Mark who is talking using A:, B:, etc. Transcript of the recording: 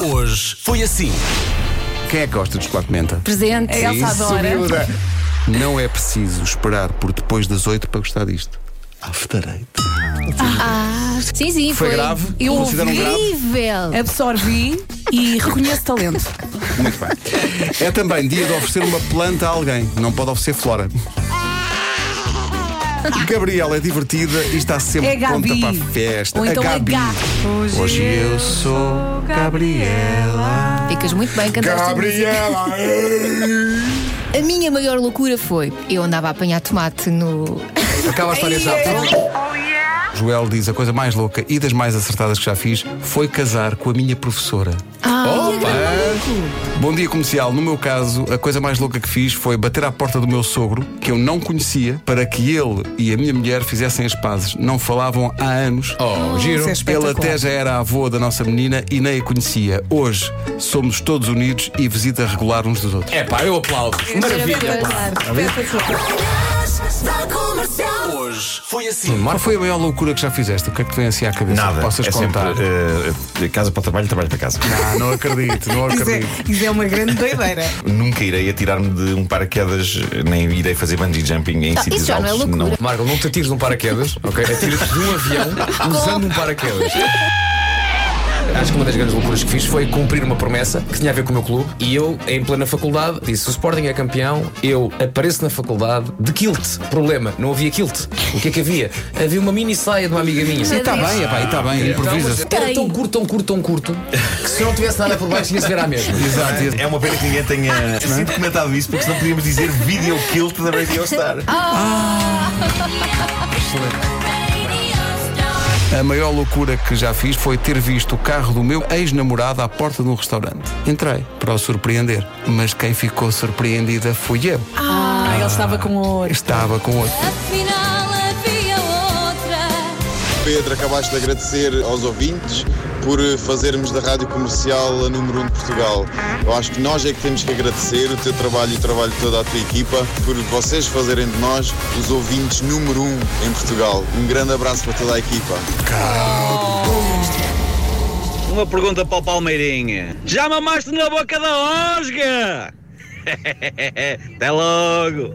A: Hoje foi assim. Quem é que gosta de chocolate de menta?
B: Presente.
C: A É Elsa
A: É Isso,
C: adora.
A: miúda. Não é preciso esperar por depois das oito para gostar disto. After eight.
B: Sim, sim,
A: Foi
B: foi.
A: grave?
C: Eu
A: Consideram grave?
B: Incrível.
C: Absorvi e reconheço talento.
A: Muito bem. É também dia de oferecer uma planta a alguém. Não pode oferecer flora. Gabriela é divertida e está sempre
C: É Gabi.
A: pronta para a festa.
C: Ou então
A: a
C: é
A: Gabi.
C: Gá.
A: Hoje eu sou Gabriela.
B: Ficas muito bem cantaste.
A: Gabriela!
B: A minha maior loucura foi. Eu andava a apanhar tomate no.
A: Acaba a história já. Joel diz a coisa mais louca e das mais acertadas que já fiz foi casar com a minha professora.
C: Ah,
A: Opa! Bom dia comercial. No meu caso, a coisa mais louca que fiz foi bater à porta do meu sogro, que eu não conhecia, para que ele e a minha mulher fizessem as pazes. Não falavam há anos. Oh,
C: Isso é
A: ele
C: espetacular.
A: até já era avô da nossa menina e nem a conhecia. Hoje somos todos unidos e visita regular uns dos outros.
D: É pá, eu aplaudo. Maravilha, pá.
A: Hoje foi assim. Qual foi a maior loucura que já fizeste? O que é que te vem assim à cabeça?
E: Nada.
A: Que possas
E: é
A: contar.
E: sempre eh, casa para o trabalho, trabalho para casa.
A: Ah, não acredito, não
C: Isso é,
A: acredito.
C: isso é uma grande doideira.
E: Nunca irei atirar-me de um paraquedas, nem irei fazer bungee jumping em
B: isso
E: sítios
B: já não é
E: altos.
B: loucura.
D: Marco, não te atires de um paraquedas, ok? Atira-te de um avião usando um paraquedas. Acho que uma das grandes loucuras que fiz foi cumprir uma promessa que tinha a ver com o meu clube e eu, em plena faculdade, disse: o Sporting é campeão, eu apareço na faculdade de kilt. Problema, não havia kilt. O que é que havia? Havia uma mini saia de uma amiga minha.
A: E está bem, epá, e está bem, improvisa-se.
D: Então, era tão curto, tão curto, tão curto que se eu não tivesse nada por baixo ia-se ver à mesma.
A: Exato. e-
E: É uma pena que ninguém
B: Ah,
E: tenha sido comentado isso, porque senão podíamos dizer video kilt da Radio Star.
A: A maior loucura que já fiz foi ter visto o carro do meu ex-namorado à porta de um restaurante. Entrei para o surpreender, mas quem ficou surpreendida fui eu.
C: Ah, ele estava com ouro.
A: Estava com outro.
F: Afinal havia outra.
G: Pedro, acabaste de agradecer aos ouvintes por eh, fazermos da Rádio Comercial a número 1 de Portugal. Eu acho que nós é que temos que agradecer o teu trabalho e o trabalho de toda a tua equipa por vocês fazerem de nós os ouvintes número 1 em Portugal. Um grande abraço para toda a equipa.
H: Uma pergunta para o Palmeirinha. Já mamaste na boca da Osga? Até logo.